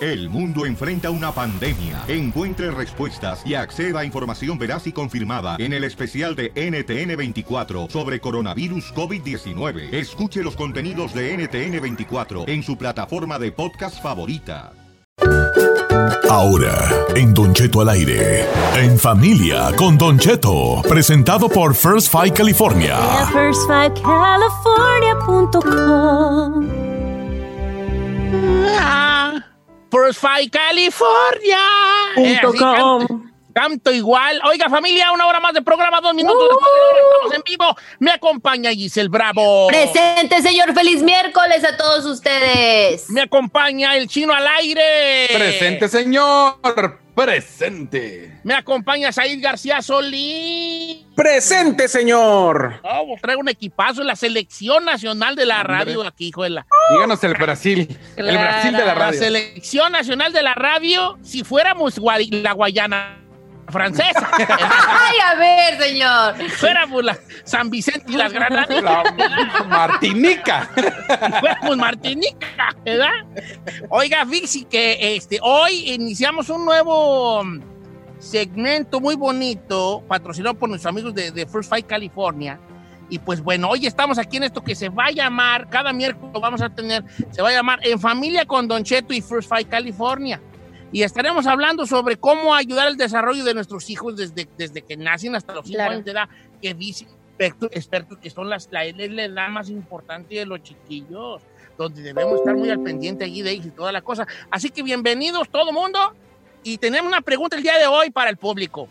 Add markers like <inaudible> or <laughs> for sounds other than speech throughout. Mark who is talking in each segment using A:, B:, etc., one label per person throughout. A: El mundo enfrenta una pandemia. Encuentre respuestas y acceda a información veraz y confirmada en el especial de NTN24 sobre coronavirus COVID-19. Escuche los contenidos de NTN24 en su plataforma de podcast favorita.
B: Ahora, en Don Cheto al aire. En familia con Don Cheto. Presentado por First Five California.
C: First5California.com
D: First Five California. Eh, así canto, canto igual. Oiga, familia, una hora más de programa, dos minutos después de la hora,
C: Uh.
D: estamos en vivo. Me acompaña Giselle Bravo.
C: Presente, señor. Feliz miércoles a todos ustedes.
D: Me acompaña el chino al aire.
E: Presente, señor. Presente.
D: Me acompaña Said García Solís.
E: Presente, señor.
D: Oh, pues trae un equipazo en la selección nacional de la radio aquí, hijo de la.
E: Díganos el Brasil. El
C: Claro.
E: Brasil de la
D: La
E: radio.
D: selección nacional de la radio, si fuéramos Guay- la Guayana francesa,
C: <laughs> Ay, a ver, señor.
D: si fuéramos la San Vicente y las Granadas,
E: La
D: <laughs>
E: Martinica.
D: fuéramos Martinica, ¿verdad? Oiga, Vixi, que este, hoy iniciamos un nuevo segmento muy bonito, patrocinado por nuestros amigos de, de First Fight California. Y pues bueno, hoy estamos aquí en esto que se va a llamar, cada miércoles lo vamos a tener, se va a llamar En Familia con Don Cheto y First Fight California. Y estaremos hablando sobre cómo ayudar al desarrollo de nuestros hijos desde, desde que nacen hasta los 5
C: Claro.
D: años de edad, que dicen expertos, expertos que son las, la, es la edad más importante de los chiquillos, donde debemos estar muy al pendiente allí de ellos y toda la cosa. Así que bienvenidos todo mundo. Y tenemos una pregunta el día de hoy para el público.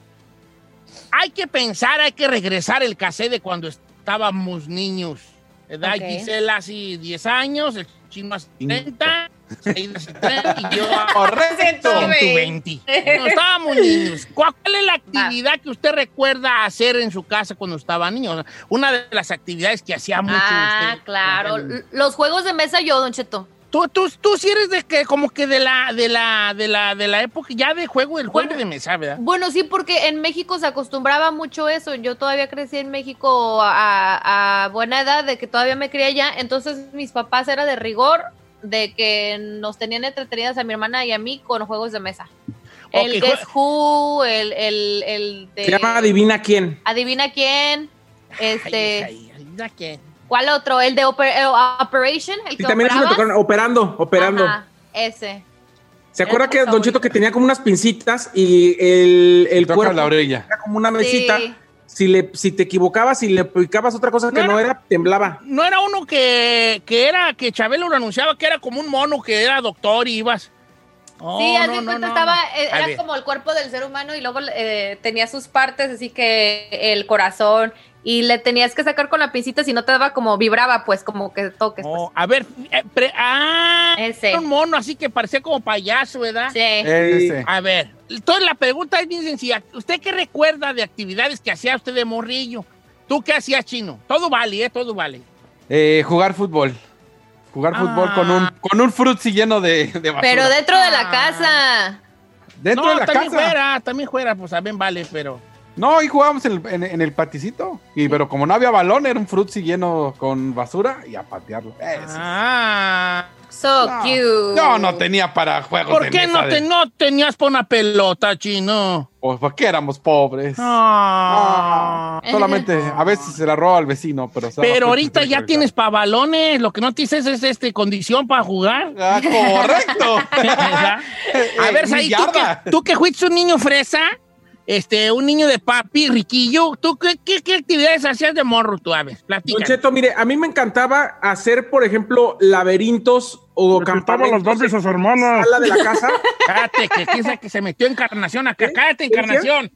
D: Hay que pensar, hay que regresar el cassette de cuando estábamos niños. ¿Verdad?
C: Ok.
D: Gisela hace 10 años, el chino hace 30, Said hace 30 y yo
E: Correcto.
D: en tu 20. Cuando estábamos niños. ¿Cuál cuál es la actividad que usted recuerda hacer en su casa cuando estaba niño? O sea, Una de las actividades que hacía mucho
C: Ah,
D: usted.
C: claro. Los juegos de mesa yo, Don Cheto.
D: Tú, tú, tú sí eres de que, como que de la, de la, de la, de la época ya de juego, del juego
C: Bueno.
D: de mesa, ¿verdad?
C: Bueno, sí, porque en México se acostumbraba mucho eso. Yo todavía crecí en México a, a buena edad, de que todavía me crié allá. Entonces mis papás era de rigor, de que nos tenían entretenidas a mi hermana y a mí con juegos de mesa. El
D: Ok,
C: Guess
D: jue-
C: Who, el, el, el de...
F: Se llama Adivina quién.
C: Adivina quién. Este,
D: Ay, ay, ay, ya que-
C: ¿cuál otro? El de Oper- eh, Operation, el
F: Y
C: que
F: también eso me
C: operabas.
F: tocaron operando, operando.
C: Ajá, ese.
F: ¿Se acuerda
C: Era
F: que
C: mi
F: Don Cheto
C: favorito.
F: que tenía como unas pincitas y el, el
E: Toca
F: cuerpo
E: la orilla.
F: era como una
C: Sí.
F: mesita? Si, le, si te equivocabas y le picabas otra cosa que
D: No,
F: no,
D: no.
F: era, temblaba.
D: No era uno que, que era, que Chabelo lo anunciaba que era como un mono, que era doctor y ibas. No,
C: sí, haz
D: no,
C: de
D: no,
C: cuenta,
D: no,
C: estaba,
D: no.
C: eh,
D: A
C: era
D: ver.
C: como el cuerpo del ser humano y luego eh, tenía sus partes, así que el corazón, y le tenías que sacar con la pincita si no te daba como, vibraba, pues, como que toques.
D: Oh, a ver, eh, pre- ah,
C: Ese.
D: era un mono así que parecía como payaso, ¿verdad?
C: pues. Sí.
F: Eh,
E: Ese.
F: ah,
D: A ver, entonces la pregunta es bien sencilla. ¿Usted qué recuerda de actividades que hacía usted de morrillo? ¿Tú qué hacías, chino? Todo vale, ¿eh? Todo vale.
E: Eh, jugar fútbol. Jugar
D: Ah.
E: fútbol con un, con un frutzi lleno de, de basura.
C: Pero dentro de la
D: Ah.
C: casa.
E: Dentro
D: no,
E: de la
D: también
E: casa.
D: fuera, también fuera, pues también vale, pero...
E: No, y jugábamos en el, en- en el paticito. Y, pero como no había balón, era un frutzi lleno con basura y a patearlo. Eso.
D: Ah.
C: So
E: No.
C: cute.
E: Yo no tenía para juegos
D: ¿Por
E: de
D: qué
E: mesa
D: no,
E: de-
D: te, no tenías por una pelota, chino?
E: Pues porque éramos pobres.
D: Ah.
E: Solamente a veces se la roba al vecino, pero...
D: Pero ahorita ya tienes para balones, lo que no tienes es este condición para jugar. <laughs>
E: Ah, correcto.
D: ¿Verdad? A ver,
E: Ni
D: Saí, tú
E: Eh, yarda.
D: que, tú que fuiste un niño fresa, este, un niño de papi, riquillo, ¿tú qué, qué, qué actividades hacías de morro tú? A ver,
F: Don
D: platica.
F: Cheto, mire, a mí me encantaba hacer, por ejemplo, laberintos o campamentos. en
D: sus hermanas.
F: sala de la casa.
D: Cállate, que quién sabe que se metió encarnación acá.
F: ¿Sí?
D: Cállate,
F: ¿Eh? ¿Sí, sí?
D: encarnación.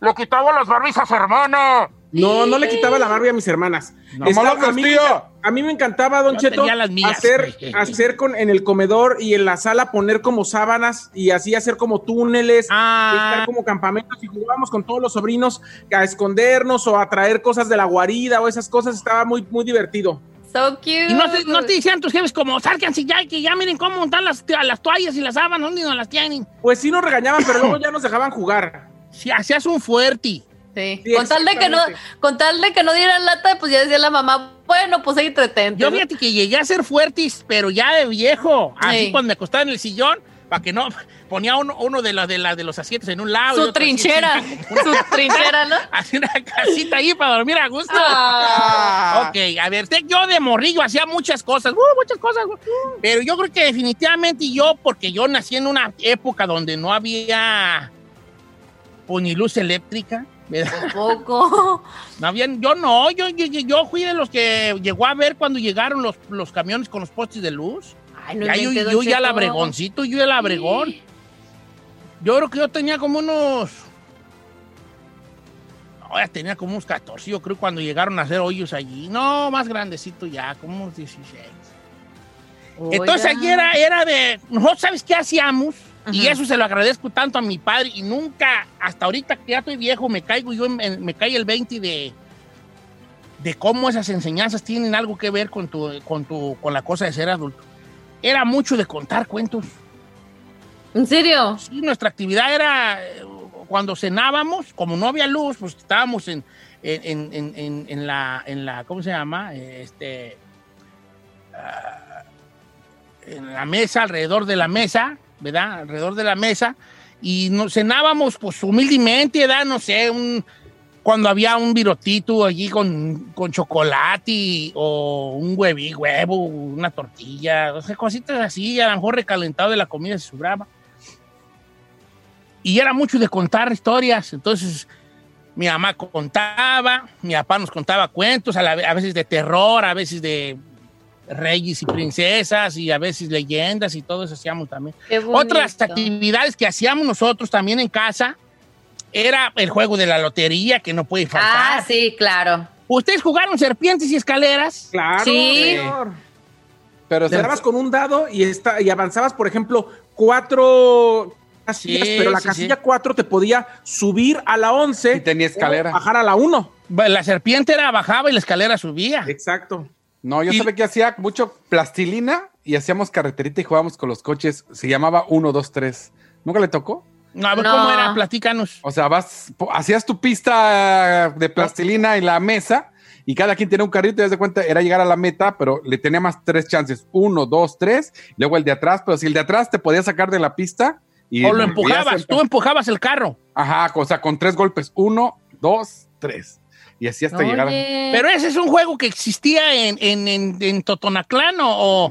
D: Lo quitaba los Barbies a su hermano.
F: No, no le quitaba la Barbie a mis hermanas.
E: Nomás
F: Estaba-
E: los
F: a, mí,
E: tío.
F: a mí me encantaba, Don
D: Yo
F: Cheto,
D: tenía las mías.
F: hacer, hacer con, en el comedor y en la sala poner como sábanas y así hacer como túneles.
D: Ah,
F: estar como campamentos y jugábamos con todos los sobrinos a escondernos o a traer cosas de la guarida o esas cosas, estaba muy, muy divertido.
C: <laughs> So cute.
D: y no, te- no te decían tus jefes como, sálganse ya, que ya miren cómo están las, a las toallas y las sábanas, ¿dónde no las tienen?
F: Pues sí nos regañaban, pero luego ya nos dejaban jugar.
D: Si hacías un fuerte.
C: <laughs> Sí.
F: Sí,
C: con, tal de que no,
F: exactamente.
C: con tal de que no dieran lata, pues ya decía la mamá, bueno, pues ahí entretente.
D: Yo fíjate que llegué a ser fuertis, pero ya de viejo. Así
C: Sí.
D: cuando me acostaba en el sillón, para que no ponía uno, uno de, la- de, la- de los asientos en un lado. y
C: Su
D: otro así,
C: trinchera,
D: así, <laughs>
C: su trinchera, ¿no?
D: Hacía una casita ahí para dormir a gusto.
C: Ah.
D: Ok, a ver, te- yo de morrillo hacía muchas cosas, uh, muchas cosas, uh, pero yo creo que definitivamente yo, porque yo nací en una época donde no había pues, ni luz eléctrica, ¿verdad?
C: Tampoco.
D: No había- yo no, yo, yo, yo fui de los que llegó a ver cuando llegaron los, los camiones con los postes de luz.
C: Ay, no
D: Ya, yo,
C: inventé,
D: yo
C: Don
D: ya el
C: Cheto.
D: abregoncito, yo el abregón. Yo creo que yo tenía como unos. No, ya tenía como unos 14, yo creo, cuando llegaron a hacer hoyos allí. No, más grandecito ya, como unos 16.
C: Oiga.
D: Entonces allí era, era de. Nosotros, ¿sabes qué hacíamos? Y
C: Ajá.
D: eso se lo agradezco tanto a mi padre. Y nunca, hasta ahorita que ya estoy viejo, me caigo yo, en- en- me cae el 20 de. De cómo esas enseñanzas tienen algo que ver con, tu, con, tu, con la cosa de ser adulto. Era mucho de contar cuentos.
C: ¿En serio?
D: Sí, nuestra actividad era eh, cuando cenábamos, como no había luz, pues estábamos en, en, en- en- en la, en la, ¿cómo se llama? Eh, Este, ah, en la mesa, alrededor de la mesa, ¿verdad? Alrededor de la mesa. Y nos cenábamos, pues humildemente, ¿verdad? No sé, un, cuando había un virotito allí con, con chocolate y- o un hueví, huevo, una tortilla, o sea, cositas así, a lo mejor recalentado de la comida se sobraba y era mucho de contar historias. Entonces, mi mamá contaba, mi papá nos contaba cuentos, a, la ve- a veces de terror, a veces de reyes y princesas, y a veces leyendas y todo eso hacíamos también.
C: Qué bonito.
D: Otras actividades que hacíamos nosotros también en casa era el juego de la lotería, que no puede faltar.
C: Ah, sí, claro.
D: ¿Ustedes jugaron serpientes y escaleras?
F: Claro,
C: Sí.
F: señor.
E: Pero
F: Te
E: se-
F: dabas con un dado y, esta, y avanzabas, por ejemplo, cuatro casillas,
D: Sí,
F: pero la
D: sí,
F: casilla
D: sí.
F: cuatro te podía subir a la once.
E: Y tenía escalera.
F: o Bajar a la uno.
D: Pues, La serpiente era bajaba y la escalera subía.
F: Exacto.
E: No, yo
D: Y-
E: sabía que hacía mucho plastilina y hacíamos carreterita y jugábamos con los coches. Se llamaba 1, 2, 3. ¿Nunca le tocó?
D: No, a ver
C: No.
D: cómo era, platícanos.
E: O sea, vas, po- hacías tu pista de plastilina en la mesa y cada quien tenía un carrito y haz de cuenta era llegar a la meta, pero le tenía más tres chances. Uno, dos, tres, luego el de atrás, pero si el de atrás te podía sacar de la pista y...
D: o lo
E: volvías
D: empujabas,
E: a-
D: tú em- empujabas el carro.
E: Ajá, o sea, con tres golpes. Uno, dos, tres. Y así hasta llegar a...
C: Oye.
D: Pero ese es un juego que existía en, en, en, en Totonaclán
C: <laughs>
D: o, o-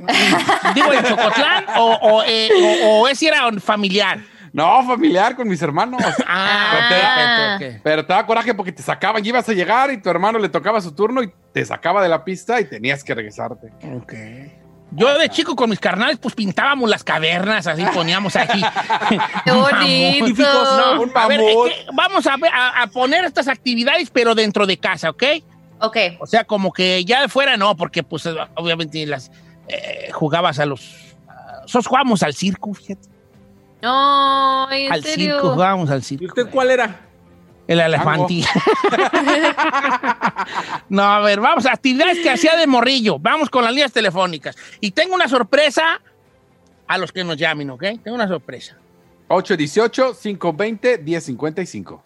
D: digo en Chocotlán o, o, eh, o- o ese era un familiar.
E: No, familiar con mis hermanos.
C: Ah.
D: ok, ok, ok, ok.
E: Pero te daba coraje porque te sacaban y ibas a llegar y tu hermano le tocaba su turno y te sacaba de la pista y tenías que regresarte.
D: Ok. Yo de chico con mis carnales pues pintábamos las cavernas, así poníamos
C: <laughs>
D: ahí.
C: Qué bonito.
E: Típicos, ¿no? Un
D: A ver, es
E: mamut.
D: que vamos a, ver- a- a poner estas actividades pero dentro de casa, ¿ok?
C: Ok.
D: O sea, como que ya de fuera no, porque pues obviamente las eh, jugabas a los... a- Nosotros jugábamos al circo, fíjate.
C: No, en
D: Al
C: serio.
D: circo, jugábamos al circo.
F: ¿Y usted cuál era?
D: El elefante. no, a ver, vamos, actividades que hacía de morrillo. Vamos con las líneas telefónicas. Y tengo una sorpresa a los que nos llamen, ¿ok? Tengo una sorpresa.
E: 818-520-1055.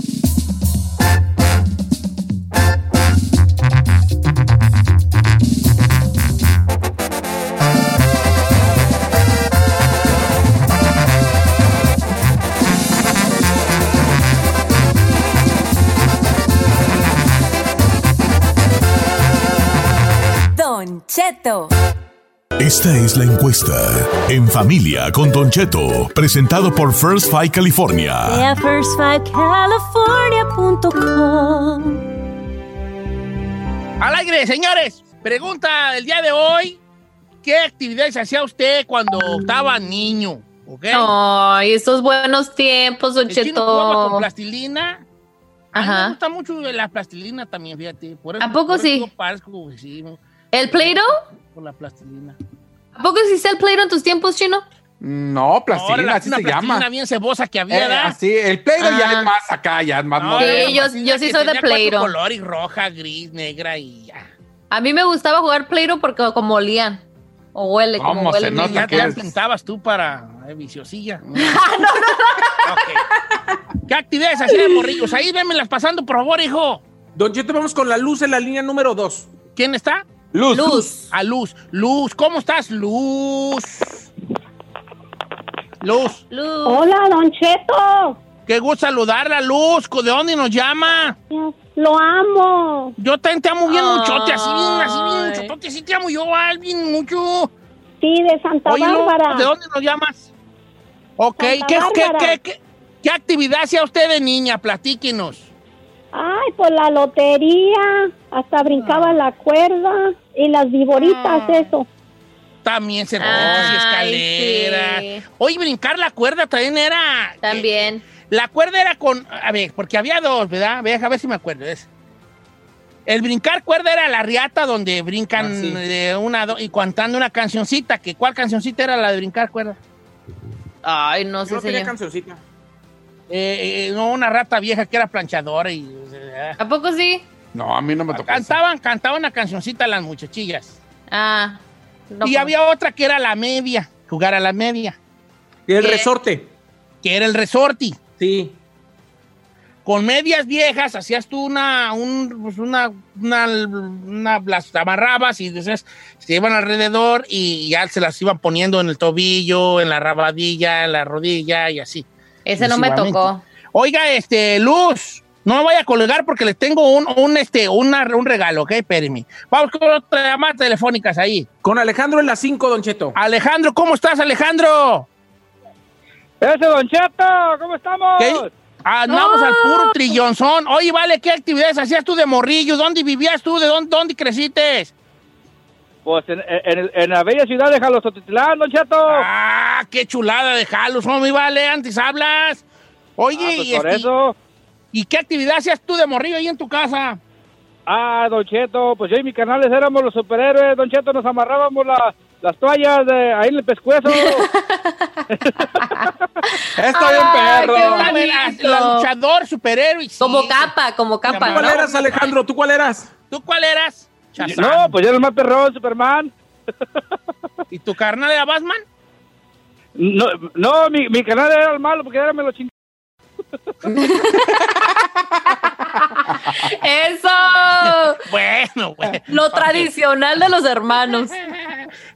G: Cheto.
B: Esta es la encuesta. En familia con Don Cheto, presentado por First Five California.
H: Ve a firstfivecalifornia.com.
D: Al aire, señores. Pregunta del día de hoy. ¿Qué actividades hacía usted cuando estaba niño? ¿Ok?
C: Ay, esos buenos tiempos, Don
D: El chino jugaba con
C: Cheto.
D: plastilina. A mí
C: Ajá.
D: me gusta mucho la plastilina también, fíjate. Por eso,
C: ¿A poco
D: por
C: sí?
D: eso parezco, que sí, ¿no?
C: ¿El Play-Doh?
D: Por la plastilina.
C: ¿A poco hiciste el Play-Doh en tus tiempos, Chino?
E: No, plastilina,
D: Ahora, la-
E: así
D: una
E: se
D: plastilina
E: llama.
D: bien cebosa que había,
E: Eh,
D: ¿verdad?
E: así, el Play-Doh ya
C: Ah.
E: es más acá, ya es más
D: No,
E: moderno.
D: era
C: Sí,
D: la
C: yo-
D: plastilina
C: yo sí
D: que
C: soy de
D: tenía cuatro
C: Play-Doh.
D: colores, roja, gris, negra y ya.
C: A mí me gustaba jugar Play-Doh porque como olían. O huele, como
E: ¿Cómo se
C: huele.
E: nota
D: Ya
E: que
D: te
E: es-
D: pintabas tú para eh, <laughs> viciosilla. no, no, ¿Qué actividades hacía de morrillos? Ahí vémelas pasando, por favor, hijo.
F: Don Cheto, vamos con la luz en la línea número 2.
D: ¿Quién está?
E: Luz.
C: Luz.
D: A Luz. Luz, ¿cómo estás? Luz. Luz,
C: Luz.
H: Hola, Don Cheto.
D: qué gusto saludarla, Luz. ¿De dónde nos llama?
H: Lo amo.
D: Yo también te amo bien muchote, así bien, así bien
C: Ay.
D: muchote, así te amo yo, al bien mucho.
H: Sí, de Santa
D: Oye, Luz,
H: Bárbara.
D: ¿de dónde nos llamas? Ok, ¿qué,
H: Santa
D: qué,
H: Bárbara.
D: qué, qué, qué actividad hacía usted de niña? Platíquenos.
H: Ay, pues la lotería. Hasta brincaba la cuerda. Y las viboritas, eso.
D: También se
C: Ay,
D: escaleras.
C: sí.
D: Oye, brincar la cuerda también era. eh,
C: También.
D: La cuerda era con. A ver, porque había dos, ¿verdad? A ver, a ver si me acuerdo. es- El brincar cuerda era la riata donde brincan
F: Ah, sí.
D: de una do- y cantando una cancioncita. Que, ¿Cuál cancioncita era la de brincar cuerda?
C: Ay, no
F: Yo
C: sé,
F: no tenía
C: señor.
F: cancioncita.
D: Eh, eh, no, una rata vieja que era planchadora y. eh,
C: ¿A poco sí?
E: No, a mí no me tocó. esa.
D: Cantaban, cantaban una cancioncita las muchachillas.
C: Ah. no
D: y
C: como-
D: había otra que era la media, jugar a la media,
F: El
C: ¿Qué?
F: resorte.
D: que era el resorte.
F: Sí.
D: con medias viejas hacías tú una, un, pues, una, una, una- las amarrabas y decías, se iban alrededor y ya se las iban poniendo en el tobillo, en la rabadilla, en la rodilla y así.
C: Ese no me
D: exclusivamente.
C: tocó.
D: Oiga, este, Luz, no me vaya a colgar porque les tengo un, un, este, una, un regalo, ¿ok? Espérenme. Vamos con otras llamadas telefónicas ahí.
F: Con Alejandro en la 5, Don Cheto.
D: Alejandro, ¿cómo estás, Alejandro?
I: Ese Don Cheto, ¿cómo estamos?
D: ¿Qué? Andamos al
C: Ah.
D: puro trillonzón. Oye, vale, ¿qué actividades hacías tú de morrillo? ¿Dónde vivías tú? ¿De dónde, dónde creciste?
I: Pues en, en- en la bella ciudad de Jalostotitlán, Don Cheto.
D: Ah, qué chulada de jalos, homie, vale, antes hablas. Oye,
I: Ah, pues
D: y,
I: por
D: este,
I: eso.
D: ¿y qué actividad hacías tú de morrillo ahí en tu casa?
I: Ah, Don Cheto, pues yo y mis canales éramos los superhéroes, Don Cheto, nos amarrábamos la- las toallas de ahí en el pescuezo.
E: Está bien,
C: Ay,
E: perro.
C: qué
D: A ver, a-
C: bonito.
D: la luchador, superhéroe. sí.
C: Como capa, como
F: ¿Tú
C: capa.
F: cuál
C: ¿no?
F: eras, Alejandro? ¿Tú cuál eras?
D: ¿Tú cuál eras? Shazam.
I: no, pues yo era el más perrón, Superman. pues.
D: ¿Y tu carnal era Batman?
I: No, no mi, mi canal era el malo porque era me lo chingaba.
C: ¡Eso!
D: <laughs>
I: <laughs>
D: Bueno, güey.
C: Lo tradicional de los
D: <laughs>
C: hermanos.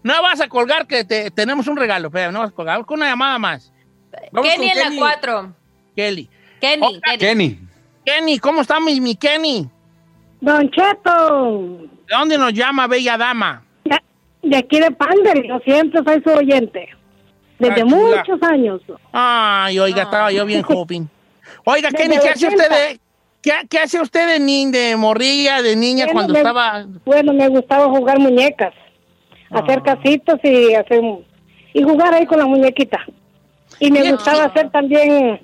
D: No vas a colgar que te- tenemos un regalo, pero no vas a colgar. Vamos Con una llamada más.
F: Vamos
C: Kenny
F: con
C: en la 4.
D: Kelly. Oh,
C: Kenny, Kenny.
E: Kenny.
D: Kenny, ¿cómo está mi, mi Kenny?
H: Don Cheto.
D: ¿De dónde nos llama, bella dama?
H: De aquí de Pander, yo siempre soy su oyente. Desde
D: Ah, chula.
H: muchos años.
D: Ay, oiga, estaba yo
H: <laughs>
D: bien joven. Oiga,
H: Desde
D: Kenny, ¿qué hace
H: 80.
D: usted de, qué, qué hace usted de, ni- de morrilla, de niña,
H: Bueno,
D: cuando
H: me-
D: estaba...?
H: Bueno, me gustaba jugar muñecas, hacer casitos y hacer y jugar ahí con la muñequita. Y me
D: Bien
H: gustaba
D: chido.
H: hacer también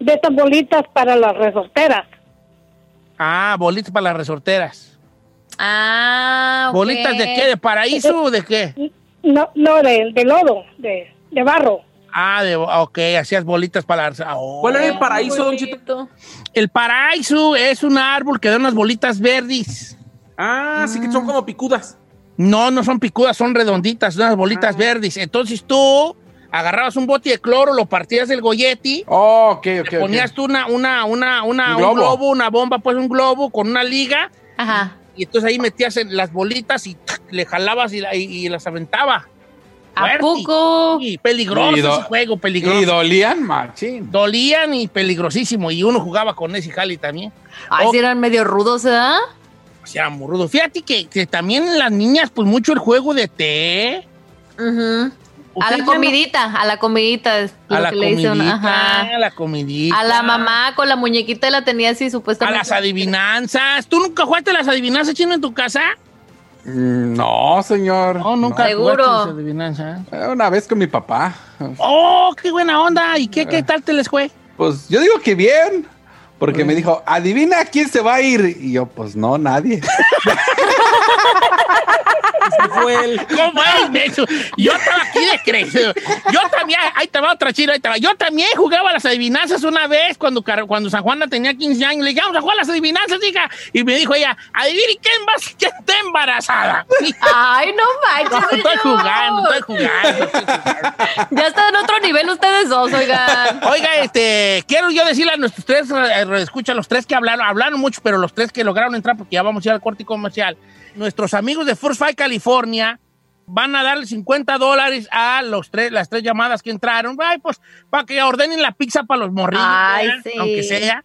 H: de estas bolitas para las resorteras.
D: Ah, bolitas para las resorteras.
C: Ah, ok.
D: ¿Bolitas de qué? ¿De paraíso o de qué?
H: No, no de, de lodo, de, de barro.
D: Ah, de, ok, hacías bolitas para las... oh.
F: ¿Cuál era el paraíso, Don Cheto?
D: El paraíso es un árbol que da unas bolitas verdes.
F: Ah, sí que
C: Mm.
F: son como picudas. Ah.
D: No, no son picudas, son redonditas, unas bolitas verdes. Entonces tú agarrabas un bote de cloro, lo partías del golleti...
E: Oh, ok, ok.
D: Le
E: ok.
D: ponías tú una, una, una, una,
E: Un
D: un, globo.
E: globo.
D: una bomba, pues un globo con una liga,
C: Ajá.
D: y entonces ahí metías en las bolitas y ¡tac! le jalabas y, la- y- y las aventaba.
C: ¿A
D: Fuerte.
C: poco?
D: Y peligroso
E: Y do-
D: ese juego, peligroso.
E: Y dolían, machín.
D: Dolían y peligrosísimo, y uno jugaba con ese jali también.
C: Ay,
D: Oh.
C: si eran medio rudos, ¿eh?
D: pues era muy rudo. Fíjate que, que también las niñas, pues mucho el juego de té.
C: Ujú. A
D: Ustedes ya
C: la
D: no-
C: comidita, a la comidita es lo
D: A la
C: que le dicen.
D: comidita,
C: Ajá.
D: a la comidita.
C: A la mamá con la muñequita y la tenía así
D: A
C: supuestamente.
D: las adivinanzas. ¿Tú nunca jugaste a las adivinanzas, Chino, en tu casa?
E: Mm, No, señor.
D: No, nunca
C: Seguro.
D: jugaste a las adivinanzas.
E: Eh, Una vez con mi papá.
D: ¡Oh, qué buena onda! ¿Y qué, qué tal te les fue?
E: Pues yo digo que bien. Porque me dijo, adivina quién se va a ir. Y yo, pues
D: <laughs>
E: no, nadie.
F: Fue el.
D: ¿Cómo es, menso? Yo estaba aquí descrecido. Yo también, ahí te va otra chila, ahí te va. Yo también jugaba a las adivinanzas una vez cuando, Car- cuando San Juana tenía 15 años. Le dije, vamos a jugar a las adivinanzas, hija. Y me dijo ella, adivine quién va que está embarazada. <laughs>
C: Ay, no
D: No,
C: manches.
D: estoy
C: señor.
D: jugando, estoy jugando, estoy jugando.
C: Ya están en otro nivel ustedes dos, oigan.
D: <laughs> Oiga, este, quiero yo decirle a nuestros tres, eh, escucha, los tres que hablaron, hablaron mucho, pero los tres que lograron entrar, porque ya vamos a ir al corte comercial. Nuestros amigos de First Fight California van a darle 50 dólares a los tres, las tres llamadas que entraron. Ay, pues, para que ordenen la pizza para los morrillos,
C: Ay,
D: ¿verdad?
C: sí.
D: aunque sea.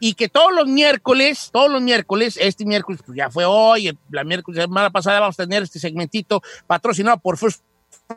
D: Y que todos los miércoles, todos los miércoles, este miércoles pues, ya fue hoy, el- la miércoles, la semana pasada vamos a tener este segmentito patrocinado por First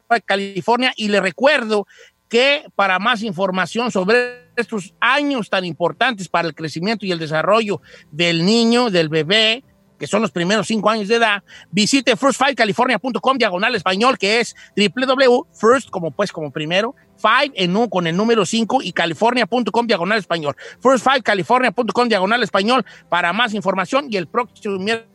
D: Fight California. Y le recuerdo que para más información sobre estos años tan importantes para el crecimiento y el desarrollo del niño, del bebé, que son los primeros cinco años de edad, visite firstfivecalifornia.com diagonal español, que es www, first, como pues, como primero, five en un, con el número 5 y california.com diagonal español. firstfivecalifornia.com diagonal español para más información y el próximo miércoles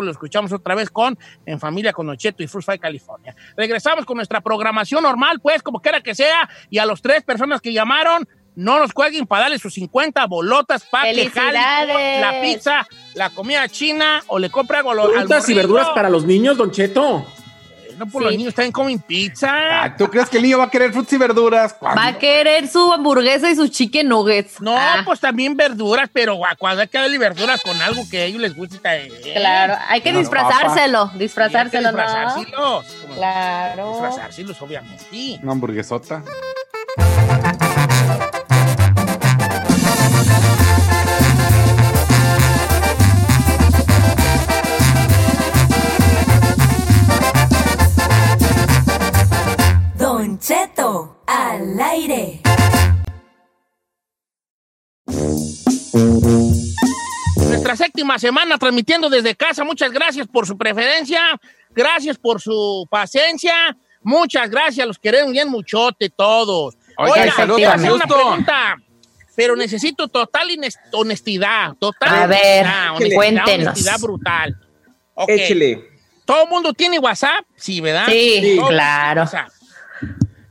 D: lo escuchamos otra vez con En Familia con Ocheto y First Five California. Regresamos con nuestra programación normal, pues, como quiera que sea, y a los tres personas que llamaron, no nos cuelguen para darle sus 50 bolotas para que jalen
C: ¡Felicidades!
D: la pizza pizza, la comida china o le compra algo a los
F: Frutas y verduras para los niños, Don Cheto.
D: Eh, No, por los
C: Sí.
D: niños están comiendo
E: Ah,
D: pizza.
E: ¿Tú crees que el niño va a querer frutas y verduras? ¿Cuándo?
C: Va a querer su hamburguesa y sus chicken nuggets.
D: No,
C: Ah,
D: pues también verduras, pero gua- cuando hay que darle verduras con algo que a ellos les eh? guste. también.
C: Claro, hay que
E: No, no,
C: disfrazárselo,
D: Y hay que
C: disfrazárselo, ¿no?
D: Disfrazárselos. como
C: Claro.
D: Disfrazárselos, obviamente. Sí.
E: Una hamburguesota.
J: Don Cheto, al aire.
D: Nuestra séptima semana transmitiendo desde casa. Muchas gracias por su preferencia. Gracias por su paciencia. Muchas gracias. Los queremos bien muchote todos.
E: Oiga, y saludos
D: quiero
E: a
D: hacer una
E: Houston.
D: pregunta, pero necesito total ines- honestidad. Total
C: A ver,
D: honestidad, honestidad,
C: cuéntenos.
D: honestidad brutal. Ok,
F: Échele.
D: ¿Todo el mundo tiene WhatsApp? Sí, ¿verdad?
C: Sí,
D: Todo el mundo
C: claro.
D: tiene WhatsApp.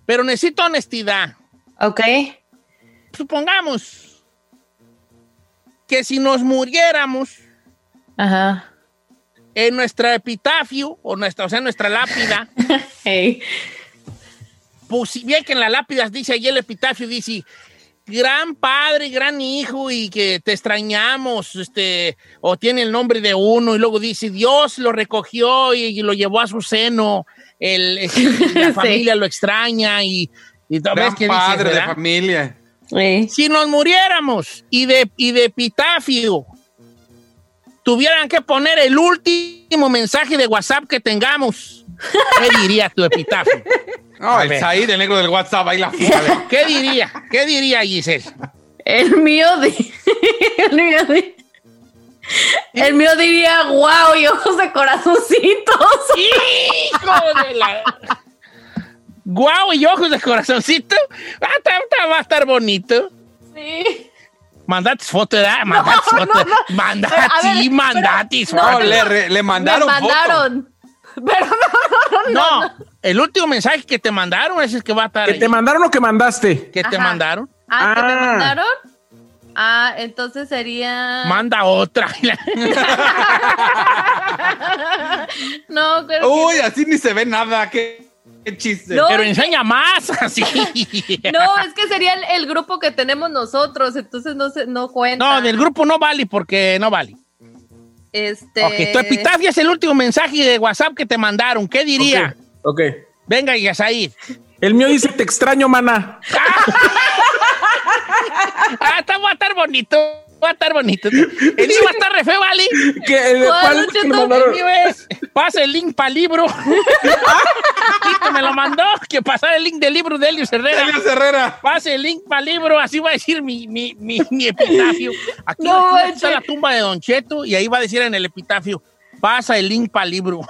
D: Pero necesito honestidad
C: Ok.
D: supongamos que si nos muriéramos
C: Ajá.
D: en nuestra epitafio, o nuestra, o sea, en nuestra
E: <laughs>
D: lápida,
C: Hey.
D: pues si bien que en la lápida dice ahí el epitafio, dice gran padre, gran hijo, y que te extrañamos, este, o tiene el nombre de uno, y luego dice Dios lo recogió y, y lo llevó a su seno, el, la
E: <laughs>
C: Sí.
D: familia lo extraña, y, y tal vez
E: Gran
D: que dices,
E: padre de
D: ¿verdad?
E: familia.
C: Hey.
D: Si nos muriéramos y de, y de epitafio tuvieran que poner el último mensaje de WhatsApp que tengamos, ¿qué diría tu epitafio?
E: No,
D: A
E: el
D: ver.
E: Said, el negro del WhatsApp, ahí la
D: A ver, <laughs> ¿Qué diría? ¿Qué diría Giselle?
C: El mío di- <laughs> el mío di- el mío diría wow y ojos de corazoncitos. <laughs>
D: ¡Hijo de la! ¡Guau! Y ojos de corazoncito. Ah, ta- ta- va a estar bonito.
C: Sí.
D: Mandate foto, ¿verdad? Mandate
C: No,
D: foto.
C: no, no.
D: Mandate,
C: Pero, a ver,
D: mandate
C: pero-
D: foto.
E: No, le, re- le mandaron.
C: Me
E: foto.
C: mandaron. Pero no, no, no.
D: No, el último mensaje que te mandaron ese es el que va a estar
F: ¿Que
D: ahí.
F: te mandaron o que mandaste?
D: que te
C: Ajá.
D: mandaron.
C: Ah, ¿que me
F: Ah.
C: mandaron? Ah, entonces sería.
D: Manda otra. <laughs>
C: no, creo que-
E: Uy, así ni se ve nada. Qué, qué chiste.
C: No,
D: Pero enseña más, <laughs> así.
C: No, es que sería el, el grupo que tenemos nosotros, entonces no se, no cuenta.
D: No, del grupo no vale porque no vale.
C: Este.
D: Ok, tu epitafio es el último mensaje de WhatsApp que te mandaron. ¿Qué diría?
F: Ok. ok.
D: Venga, Yasair.
F: El mío dice,
D: <laughs>
F: te extraño, maná.
D: Ah, está va a estar bonito. Va a estar bonito. El libro va a estar re feo, ¿vale?
F: Que el- ¿Cuál, ¿cuál es que Cheto? me mandaron? El mío
D: Pasa el link para libro. <laughs> Tito me lo mandó. Que pasara el link del libro de Helios Herrera.
E: Helios Herrera.
D: Pase el link para libro. Así va a decir mi, mi, mi, mi epitafio. Aquí
C: No,
D: aquí
C: manches.
D: está la tumba de Don Cheto y ahí va a decir en el epitafio. Pasa el link para
C: <laughs>
D: libro.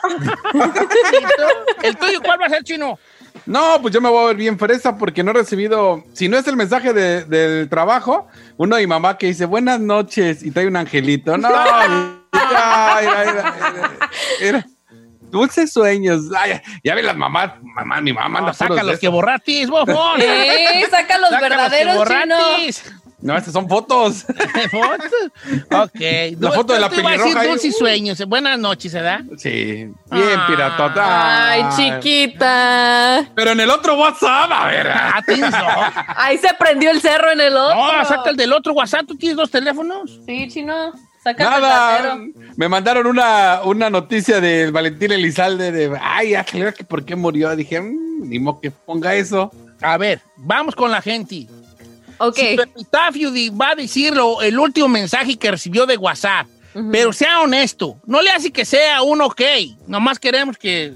D: ¿El tuyo cuál va a ser, Chino?
E: No, pues yo me voy a ver bien fresa porque no he recibido, si no es el mensaje de- del trabajo, uno de mi mamá que dice buenas noches y trae un
D: <laughs>
E: angelito. No, mira, mira, mira, mira, mira. Dulces sueños. Ay, ya ve las mamás, mamá, mi mamá anda
D: No, saca
E: Ah, puros de
D: los que
E: esos.
D: borratis, bofón.
C: Sí, saca los
D: que
C: verdaderos, <laughs>
D: borratis.
E: No, estas son fotos. <laughs>
D: Foto. ok.
E: La foto de la
D: Tú ibas a decir
E: pelirroja ahí.
D: dulces sueños. Buenas noches, ¿verdad?
E: Sí,
D: Ah,
E: bien piratota.
C: Ay, chiquita.
E: Pero en el otro WhatsApp, a ver.
D: Ah, tienes dos.
C: Ahí se prendió el cerro en el otro.
D: No, saca el del otro WhatsApp. ¿Tú tienes dos teléfonos?
C: Sí, chino. Saca el
E: Nada,
C: verdadero.
E: me mandaron una, una noticia de Valentín Elizalde de, ay, ya claro que por qué murió. Dije, "Mm, ni modo que ponga eso.
D: A ver, vamos con la gente.
C: Ok.
D: Si tu epitafio di- va a decir lo- el último mensaje que recibió de WhatsApp, pero sea honesto. No le hace que sea un ok. Nomás queremos que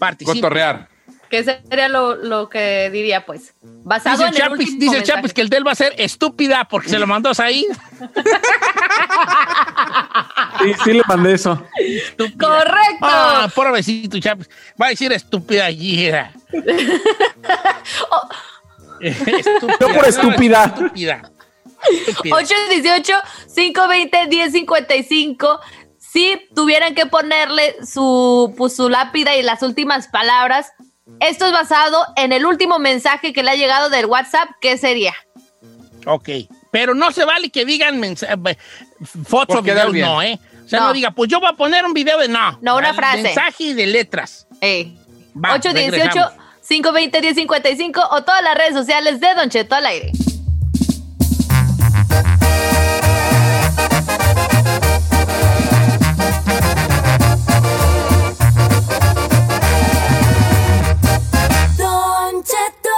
D: participe.
E: Cotorrear.
C: ¿Qué sería lo, lo que diría, pues? Basado
D: Dice el
C: en el
D: Chapis,
C: último
D: dice el
C: mensaje.
D: Chapis que el del va a ser estúpida porque se lo mandó ahí.
F: Sí, sí le mandé eso.
C: ¡Correcto!
D: Ah, pobrecito Chapis. Va a decir estúpida allí.
C: <laughs> Oh.
D: <laughs>
F: Yo por estúpida.
D: Estúpida. Estúpida.
C: 818-520-1055. Si tuvieran que ponerle su, pues, su lápida y las últimas palabras, esto es basado en el último mensaje que le ha llegado del WhatsApp, ¿qué sería?
D: Ok. Pero no se vale que digan mensa- eh, fotos o
E: Por quedar
D: videos,
E: bien.
D: no, ¿eh? O sea, no.
C: No.
D: diga, pues yo voy a poner un video de no.
C: No, una
D: Al
C: frase.
D: Mensaje y de letras.
C: Ey.
D: Va,
C: 818
D: regresamos.
C: 520 1055 o todas las redes sociales de Don Cheto al aire.
J: Don Cheto.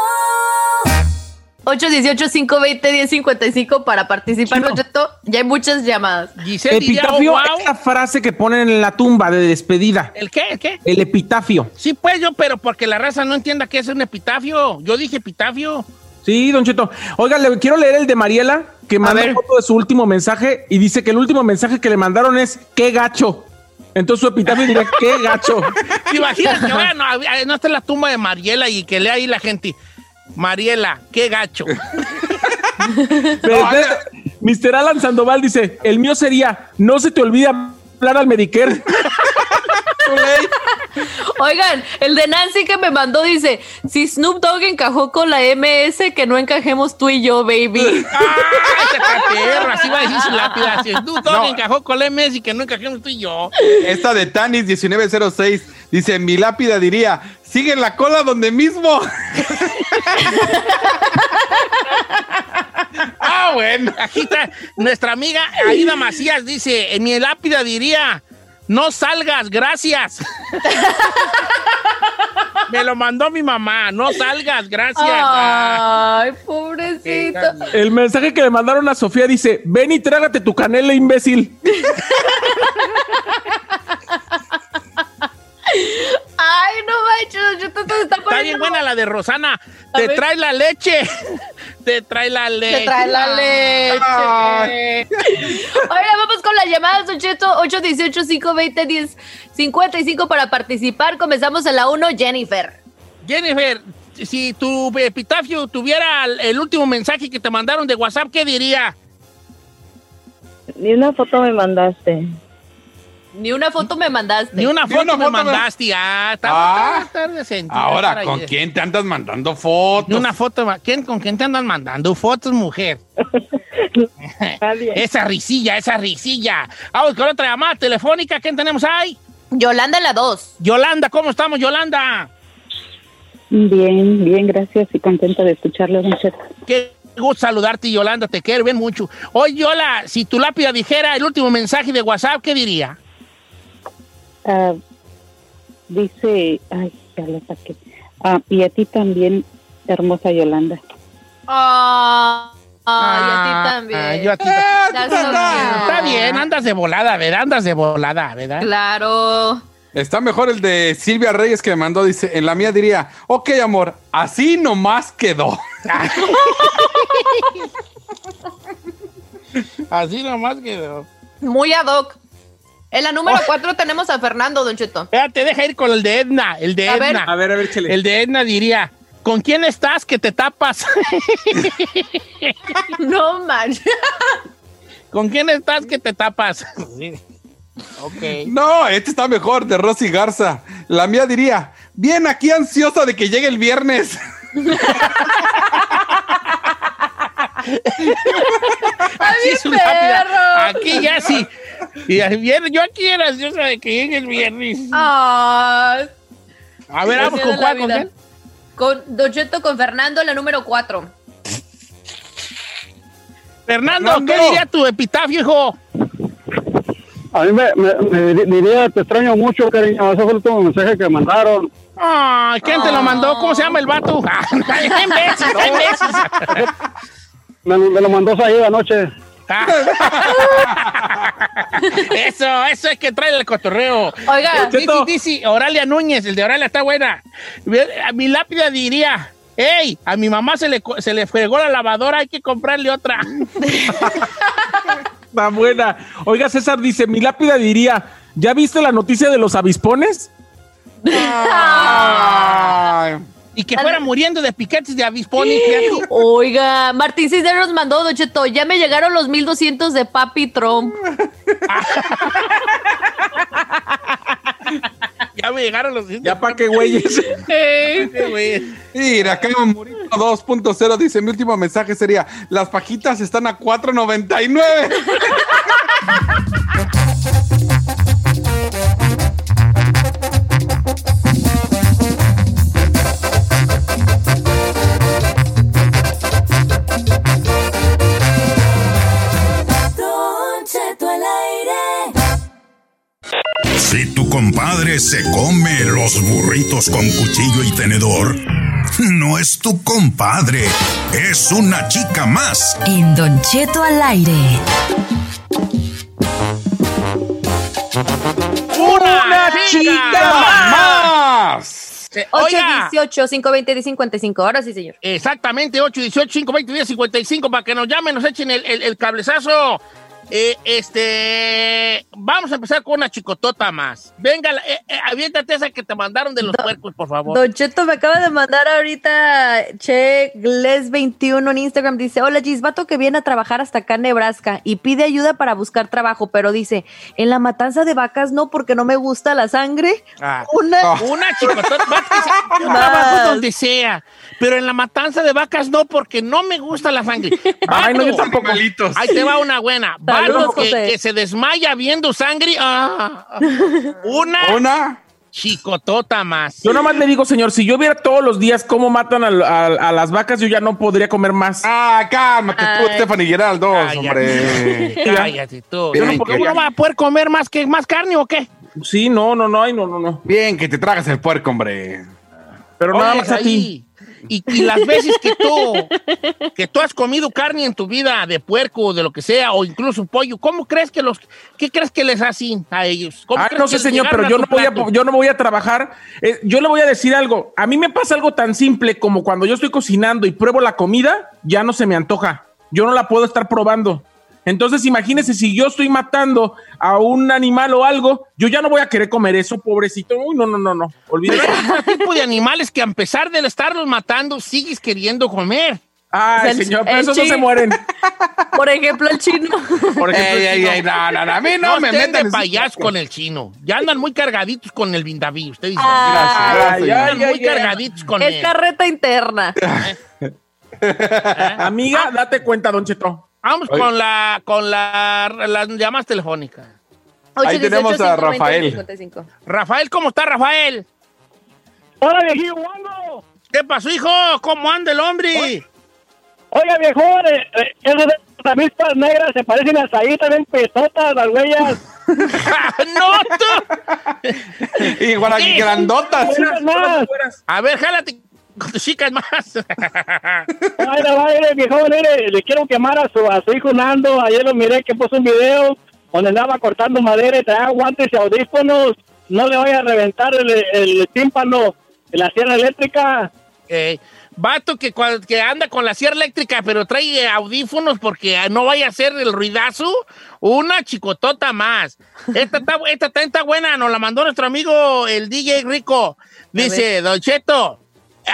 C: 818 520 1055 para participar, Don Cheto. Ya hay muchas llamadas. <laughs>
D: Giselle diría, oh,
F: Epitafio
D: wow.
F: es la frase que ponen en la tumba de despedida.
D: ¿El qué? ¿El qué?
F: El epitafio.
D: Sí, pues yo, pero porque la raza no entienda que es un epitafio. Yo dije epitafio.
F: Sí, Don Cheto. Oiga, le quiero leer el de Mariela, que manda
D: ver.
F: foto de su último mensaje y dice que el último mensaje que le mandaron es qué gacho. Entonces su epitafio
E: <laughs>
F: dirá qué gacho.
D: ¿Te imaginas que ahora no, ah, no está en la tumba de Mariela y que lea ahí la gente? Mariela, qué
E: <laughs>
D: gacho.
F: Pero entonces, Mr. Alan Sandoval dice, el mío sería, no se te olvide hablar al Medicare.
C: Oigan, el de Nancy que me mandó dice: Si Snoop Dogg encajó con la MS, que no encajemos tú y
D: <laughs>
C: yo, baby.
D: ¡Ah, ese perro! Así va a decir su lápida. Así, tú todo que encajó con la MS y que no encajemos tú y yo.
E: Esta de Tanis 1906 dice, mi lápida diría, sigue en la cola donde mismo. ah, bueno.
D: Aquí está nuestra amiga Aida Macías dice, en mi lápida diría, no salgas,
E: <laughs>
D: gracias. Me lo mandó mi mamá, no salgas, gracias.
C: Ay,
D: Qué
C: pobrecito.
D: gacho.
F: El mensaje que le mandaron a Sofía dice, ven y trágate tu canela, imbécil.
C: Ay, no manches, yo te está
D: Está bien
C: poniendo-
D: buena la de Rosana.
C: A
D: Te
C: ver.
D: trae la leche. <laughs> Te trae la leche.
C: Te trae la leche.
E: Ay.
C: Oiga, vamos con las llamadas, Don Cheto, 818-520-1055 para participar. Comenzamos en la 1, Jennifer.
D: Jennifer, si tu epitafio tuviera el- el último mensaje que te mandaron de WhatsApp, ¿qué diría?
H: Ni una foto me mandaste.
C: Ni una foto me mandaste.
D: Ni una
E: Ni
D: foto
E: una
D: me
E: foto me-
D: mandaste. Ah, está,
E: Ah.
D: está- está decente.
E: Ahora,
D: Está
E: ¿con
D: ahí.
E: quién te andas mandando fotos?
D: eh. Ni una foto. ma- ¿Quién, ¿Con quién te andan mandando fotos, mujer?
H: Nadie.
D: esa risilla, esa risilla. Vamos con otra llamada telefónica. ¿Quién tenemos ahí?
C: Yolanda en la 2.
D: Yolanda, ¿cómo estamos, Yolanda?
H: Bien, bien, gracias y contenta de escucharle, don Cheto.
D: Qué gusto saludarte, Yolanda. Te quiero bien mucho. Oye, Yola, si tu lápida dijera el último mensaje de WhatsApp, ¿qué diría?
H: Ah, dice, ay, ya lo saqué. Ah, y a ti también, hermosa Yolanda.
C: Ay, a ti
D: Ah,
C: también.
D: yo a ti ta-
C: Estás dormido.
D: Está bien, andas de volada, ¿verdad? Andas de volada, ¿eh? ¿verdad?
C: Claro.
E: Está mejor el de Silvia Reyes que me mandó, dice, en la mía diría, ok amor, así nomás quedó.
D: Así nomás quedó.
C: Muy ad hoc. En la número 4 tenemos a Fernando, Don Cheto.
D: Te deja ir con el de Edna, el de
C: A ver.
D: Edna.
F: A ver, a ver, chele.
D: El de Edna diría, ¿con quién estás que te tapas?
C: <laughs>
D: <laughs>
C: No manches.
D: ¿Con quién estás que te tapas? Sí. ok.
E: No, este está mejor, de Rosy Garza. La mía diría, bien aquí ansiosa de que llegue el viernes.
D: Así es
C: mi
D: rápida.
C: perro.
D: Aquí ya sí. Y al viernes, yo aquí era ansiosa de que llegue el viernes.
C: Ah,
D: A ver, vamos
C: Dios
D: con
C: de la
D: Juan, ¿con
C: vida.
D: quién?
C: Con Don Cheto, con Fernando, en la número 4.
D: Fernando, ¿qué
E: Fernando.
D: diría tu epitafio, hijo?
I: A mí me, me- me di- diría, te extraño mucho, cariño. Ese fue el último mensaje que mandaron.
D: Ah, ¿Quién te lo mandó? ¿Cómo se llama el vato? <laughs> Ah, ¡Qué imbécil, qué imbécil!
I: Me, lo- me lo mandó Saída anoche.
D: Ah.
F: <laughs>
D: Eso, eso es que trae el cotorreo.
C: Oiga,
D: dice, dice Oralia Núñez, el de Oralia está buena. A mi lápida diría, hey, a mi mamá se le, co- se le fregó la lavadora, hay que comprarle
F: <laughs>
D: otra.
F: Tan buena. Oiga, César dice, mi lápida diría, ¿ya viste la noticia de los avispones?
E: Ay,
D: Y que fuera muriendo de piquetes de avispones. fíjate.
C: Oiga, Martín Cisneros mandó, Don Cheto, ya me llegaron los 1200 de Papi Trump.
D: Ya me llegaron los... Este,
F: Ya pa' qué güeyes.
E: Mira, acá Morito 2.0 dice, mi último mensaje sería, las pajitas están a 4.99.
J: Don Cheto al aire.
B: Si tu compadre se come los burritos con cuchillo y tenedor, no es tu compadre, es una chica más.
J: En Don Cheto al aire.
D: ¡Una
E: ¡Más!
D: Eh, Oiga,
C: 818 520 55 Ahora sí, señor.
D: Exactamente, 8, 18, 5, 20, 10, 55, para que nos llamen, nos echen el, el- el cablezazo. Eh, este, vamos a empezar con una chicotota más. Venga, la- eh, eh, aviéntate esa que te mandaron de los puercos, por favor.
C: Don Cheto me acaba de mandar ahorita Che Gles21 en Instagram. Dice: Hola, Gis, vato que viene a trabajar hasta acá en Nebraska y pide ayuda para buscar trabajo, pero dice: En la matanza de vacas no, porque no me gusta la sangre.
D: Ah.
C: Una.
D: <laughs> Una chicotota, va, que sea, yo trabajo donde sea, pero en la matanza de vacas no, porque no me gusta la sangre.
F: <laughs> Ay, no, yo
D: Vato,
F: tampoco.
E: Malitos.
D: Ahí te va una buena.
C: Saludos,
D: Vato que,
C: José.
D: que se desmaya viendo sangre. ah, ah, ah. una
E: Una.
D: chicotota más.
F: Yo nomás le digo, señor, si yo viera todos los días cómo matan al- al- a, las vacas, yo ya no podría comer más.
E: Ah, cálmate tú,
C: Ay.
E: Stephanie Gerald 2,
D: Cállate,
E: hombre.
D: Cállate tú.
E: Bien,
D: ¿Por qué
E: que-
D: uno va a poder comer más que más carne o qué?
F: Sí, no, no, no, ay, no, no, no.
E: Bien, que te tragas el puerco, hombre.
F: Pero nada
D: Oye,
F: más a
D: ahí.
F: ti.
D: Y, y las veces que tú que tú has comido carne en tu vida de puerco o de lo que sea o incluso pollo, ¿cómo crees que los qué crees que les hacen a ellos? ¿Cómo
F: Ay,
D: crees
F: Ah, no
D: que
F: sé,
D: les
F: señor,
D: agarran
F: pero yo
D: tu
F: no, voy a,
D: plato?
F: yo no voy a trabajar. Eh, yo le voy a decir algo. A mí me pasa algo tan simple como cuando yo estoy cocinando y pruebo la comida, ya no se me antoja. Yo no la puedo estar probando. Entonces, imagínese si yo estoy matando a un animal o algo, yo ya no voy a querer comer eso, pobrecito. Uy, no, no, no, no.
D: Pero
E: <laughs>
F: Olvídate.
D: es un tipo de animales que a pesar de estarlos matando sigues queriendo comer.
F: Ay,
C: Es el-
F: señor, pero
C: el
F: esos no
C: chi-
F: se mueren.
C: Por ejemplo, el chino.
F: Por ejemplo, el
E: Ey, ey,
F: chino.
E: ey, no, no, no, a mí no,
D: No,
E: me
D: estén
E: metan
D: de
E: en-
D: payas con el chino. Ya andan muy cargaditos con el vindaví, usted dice.
C: Ah,
E: Gracias,
F: Ay,
E: gracias.
F: ay,
D: andan muy
F: ay, ay.
D: cargaditos con
C: <laughs> es
D: él.
C: carreta interna.
F: ¿eh?
E: Ah.
F: Amiga, date cuenta, Don Cheto.
D: Vamos con la con la, las llamadas telefónicas.
E: Ahí tenemos a
C: 818
E: Rafael.
C: 55.
D: Rafael, ¿cómo está Rafael?
I: Hola, viejillo, guango.
D: ¿Qué pasó, hijo? ¿Cómo anda el hombre?
I: Oiga, viejón, eh, eh, esas de las avispas negras se parecen a Saída, ven pesotas las huellas.
D: <laughs> ¡No, tú!
E: <laughs> Igual aquí, grandotas.
F: <laughs>
I: Oiga, más.
D: A ver, jálate. Con tus chicas más.
I: Ay, no, mire, viejo, mire, le quiero quemar a su, a su hijo Nando. Ayer lo miré que puso un video donde andaba cortando madera y traía guantes y audífonos. No le vaya a reventar el, el tímpano de la sierra eléctrica.
D: Eh, vato que, cua- que anda con la sierra eléctrica, pero trae audífonos porque ah, no vaya a hacer el ruidazo. Una chicotota más. Esta está, esta está- está buena, nos la mandó nuestro amigo el DJ Rico. Dice, Don Cheto,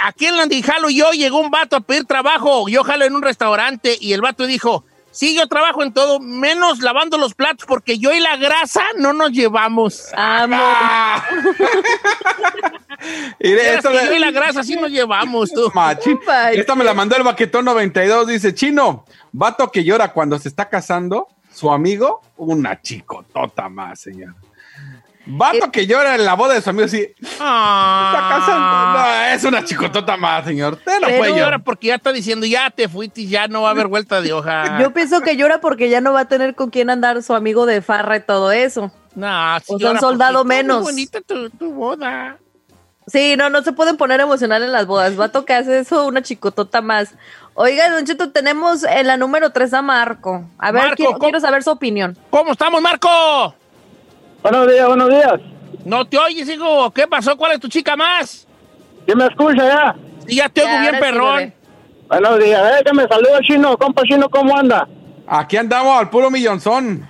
D: aquí en Landijalo yo llegó un vato a pedir trabajo. Yo jalo en un restaurante y el vato dijo, sí, yo trabajo en todo, menos lavando los platos porque yo y la grasa no nos llevamos.
E: Ah. Mira,
D: Vieras
E: esta
D: que
E: me-
D: yo y la grasa sí nos llevamos,
E: <laughs>
D: tú.
E: Machín. Esta me la mandó el Baquetón 92. Dice, chino, vato que llora cuando se está casando, su amigo, una chicotota más, señor. Vato que llora en la boda de su amigo, sí. Está casando. No, es una chicotota más, señor. Te lo
D: Ah. Pero
E: puede
D: ahora
E: llorar.
D: porque ya está diciendo, ya te fuiste y ya no va a haber vuelta de hoja.
K: <laughs> Yo pienso que llora porque ya no va a tener con quién andar su amigo de farra y todo eso.
D: no, sí
K: O sea, un
D: llora porque
K: soldado
D: estuvo muy
K: menos.
D: bonita tu, tu boda.
K: Sí, no, no se pueden poner emocional en las bodas. Va a tocar eso una chicotota más. Oiga, Don Cheto, tenemos en la número 3 a Marco. A ver,
D: Marco,
K: quiero,
D: ¿cómo-
K: quiero saber su opinión.
D: ¿Cómo estamos, Marco?
I: Buenos días, buenos días.
D: ¿No te oyes, hijo? ¿Qué pasó? ¿Cuál es tu chica más?
I: ¿Sí me escucha ya?
D: Sí, ya te
K: Ya,
D: oigo
K: ahora
D: bien,
K: sí,
D: perrón.
K: bebé.
I: Buenos días. Eh, que me saluda Chino. Compa Chino, ¿cómo anda?
E: Aquí andamos al puro millonzón.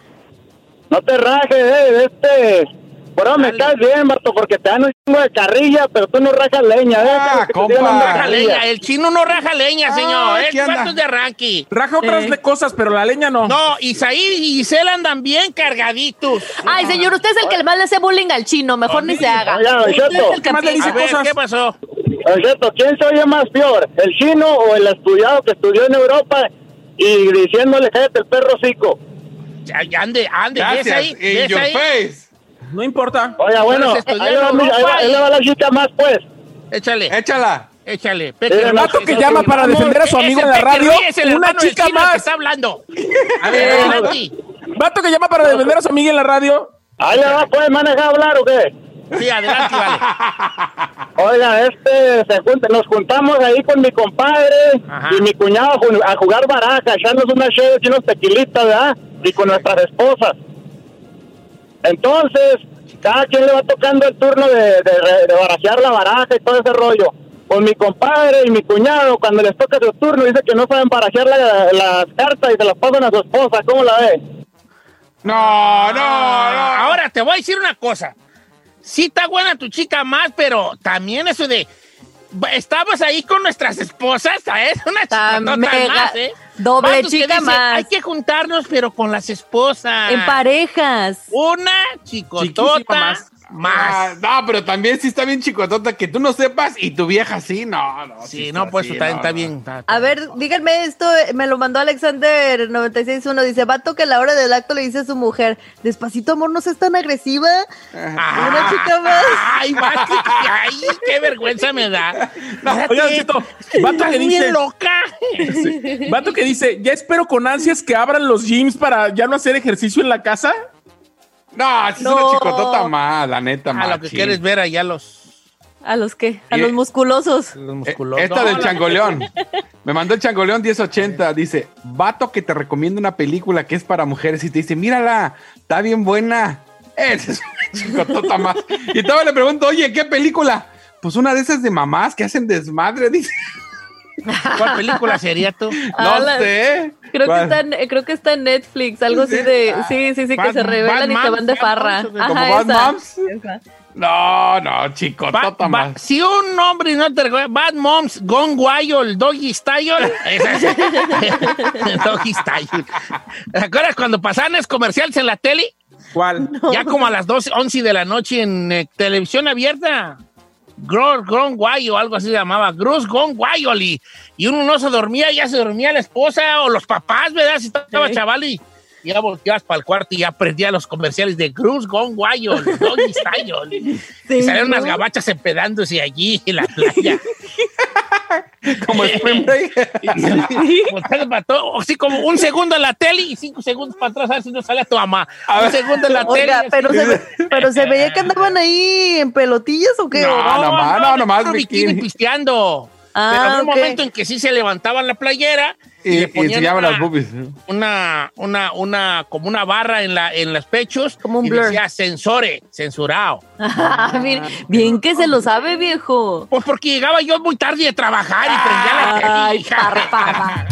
I: No te rajes, eh, este... Bueno, me caes bien, Barto, porque te dan un chingo de carrilla, pero tú no rajas leña, eh.
E: Ah,
I: Que te sigan
E: compa.
I: dando
D: Raja
I: carrilla.
D: leña. eh. El chino no raja
K: Ah,
D: leña, señor.
E: aquí
D: El
E: anda.
D: cuarto es de arranque.
F: Raja otras le- cosas, pero la leña no.
D: No, Isaí y Gisela andan bien cargaditos.
C: Ay, señor, usted es el que más le hace bullying al chino. Mejor ni se haga.
I: Oiga, Don
F: Usted es
I: Cheto,
F: el que más le dice
D: A ver,
F: cosas.
D: ¿qué pasó?
I: Don Cheto, ¿quién se oye más peor? ¿El chino o el estudiado que estudió en Europa y diciéndole cállate el perro cico?
D: Ay, Ande, ande, ves
E: Gracias.
D: ahí,
E: In
D: ves
E: your
D: ahí.
E: face.
F: No importa.
I: Oiga, bueno,
D: se estudió
I: ahí
D: en
I: le va mi- ahí
D: Europa
I: va-
D: y-
I: ahí le va la chica más, pues.
D: Échale.
E: Échala.
D: Échale,
I: Era
D: Peque.
I: el
F: vato que llama para defender a su amigo en la radio, una chica más.
D: está hablando.
F: <laughs> A
D: Adelante.
F: ver, vato que llama para defender a su amiga en la radio.
I: Ahí le va, pues, manejar hablar o qué?
D: Sí, adelante, vale.
I: Oiga, este, se junta- nos juntamos ahí con mi compadre
D: Ajá.
I: y mi cuñado a ju- a jugar baraja, echarnos unas cheves y unos tequilitas, ¿verdad? Y con nuestras esposas. Entonces, cada quien le va tocando el turno de, de re- de barajear la baraja y todo ese rollo. Con mi compadre y mi cuñado, cuando les toca su turno, dice que no saben barajear la- las cartas y se las pasan a su esposa. ¿Cómo la ve?
E: No, no, no.
D: Ahora te voy a decir una cosa. Sí está buena tu chica más, pero también eso de... Estabas ahí con nuestras esposas, ¿sabes? Una
K: Está
D: chica
K: mega-
D: más, ¿eh?
K: doble
D: Vatos que
K: chica
D: dicen,
K: más.
D: Hay que juntarnos, pero con las esposas.
K: En parejas.
D: Una chicotota
F: Chiquísima
D: más.
F: más.
E: Ah, no, pero también sí está bien chicotota que tú no sepas y tu vieja sí, no,
F: Ah,
E: no.
D: Sí, no, pues
E: sí,
D: está,
E: no,
D: está
E: no. <laughs>
D: bien. está-
K: A ver, díganme esto, eh, me lo mandó Alexander 961, dice, vato que a la hora del acto le dice a su mujer, despacito amor, no seas tan agresiva. Una chica más.
D: <laughs> Ay, vato, que- ay, qué vergüenza me da. Fíjate,
F: oiga, Tito, vato
D: estás
F: que
D: bien
F: dice-
D: loca.
F: Vato que dice, ya espero con ansias que abran los gyms para ya no hacer ejercicio en la casa.
E: No, sí es
K: No.
E: una chicotota más, la neta,
D: A lo que
E: machín.
D: quieres ver allá los,
K: ¿A los qué? A
E: Eh,
K: los musculosos.
D: los
E: Eh,
D: musculosos.
E: Esta
D: No,
E: del
D: la-
E: Changoleón. Me mandó el Changoleón 1080. Dice: Vato que te recomienda una película que es para mujeres y te dice: Mírala, está bien buena. Esa es <laughs> una chicotota más. Y todavía le pregunto: Oye, ¿qué película? Pues una de esas de mamás que hacen desmadre. <laughs> Dice:
D: ¿Cuál película sería tú?
K: Ah,
E: No
K: la-
E: sé.
K: Creo que,
E: ¿Cuál?
K: está en, eh, creo que está en Netflix, algo así
E: Sí.
K: de...
E: Ah,
K: Sí, sí, sí, que
D: Bad-
K: se revelan
D: Bad
K: y se van de
D: Moms, Bad
K: farra.
D: Moms,
K: Ajá,
E: como Bad
K: esa.
E: Moms.
K: Esa.
E: No, no,
D: Ba-
E: chicotota
D: ba-
E: más.
D: si un hombre no te recuerda, Bad Moms, Gone Wild, Doggy Style. Esa es-
E: <laughs>
D: <laughs> Doggy Style. ¿Te acuerdas cuando pasaban esos comerciales en la tele?
F: ¿Cuál?
D: Ya como a las 12, 11 de la noche en eh, televisión abierta. Gros Gron Guayo, algo así se llamaba. Gros Gron Guayo. Y, y uno no se dormía, ya se dormía la esposa o los papás, ¿verdad? Si estaba
K: Sí.
D: chaval y ya volteabas para el cuarto y ya perdía los comerciales de Cruz Gone Guayo, Doggy Style. Y salían unas gabachas empedándose allí en la playa.
E: <laughs> Como
D: <laughs>
E: Spring Break.
D: Volteando para todo, o sí, como un segundo en la tele y cinco segundos para atrás, a ver si no sale a tu mamá.
E: A
D: Un
E: ver.
D: segundo en la tele.
K: Oiga,
D: y
K: pero
D: así.
K: se, ve- pero se
D: <laughs>
K: veía que andaban ahí en pelotillas o qué.
E: No,
K: ¿O
E: nomás, no, nomás
D: puro
E: bikini.
D: bikini pisteando. pero
K: Ah,
D: había un
K: ok.
D: momento en que sí se levantaban la playera y,
E: <laughs> Y,
D: le
E: y
D: ponían
E: enseñaba
D: una-
E: las boobies.
D: una, una, una, como una barra en la, en los pechos. Como
K: un
D: y
K: blur.
D: decía censore, censurado.
K: <laughs> Ah, bien, bien que se lo sabe, viejo.
D: Pues porque llegaba yo muy tarde de trabajar y prendía la tele,
K: Ay,
D: hija.
K: parpada.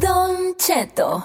J: Don Cheto.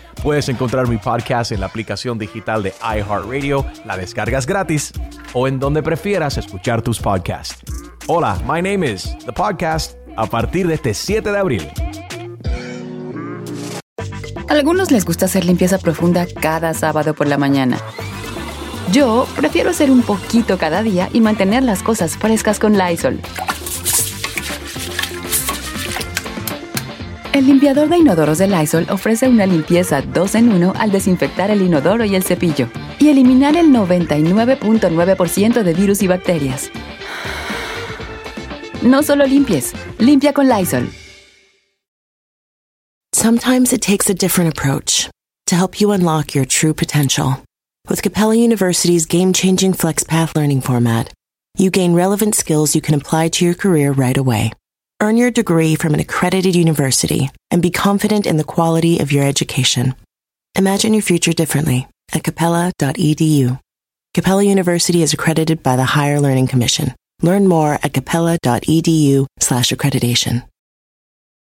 L: Puedes encontrar mi podcast en la aplicación digital de iHeartRadio, la descargas gratis o en donde prefieras escuchar tus podcasts. Hola, my name is The Podcast a partir de este 7 de abril.
G: Algunos les gusta hacer limpieza profunda cada sábado por la mañana. Yo prefiero hacer un poquito cada día y mantener las cosas frescas con Lysol. El limpiador de inodoros de Lysol ofrece una limpieza 2 en 1 al desinfectar el inodoro y el cepillo y eliminar el 99.9% de virus y bacterias. No solo limpies, limpia con Lysol.
M: Sometimes it takes a different approach to help you unlock your true potential. With Capella University's game changing FlexPath learning format, you gain relevant skills you can apply to your career right away. Earn your degree from an accredited university and be confident in the quality of your education. Imagine your future differently at capella.edu. Capella University is accredited by the Higher Learning Commission. Learn more at capella.edu slash accreditation.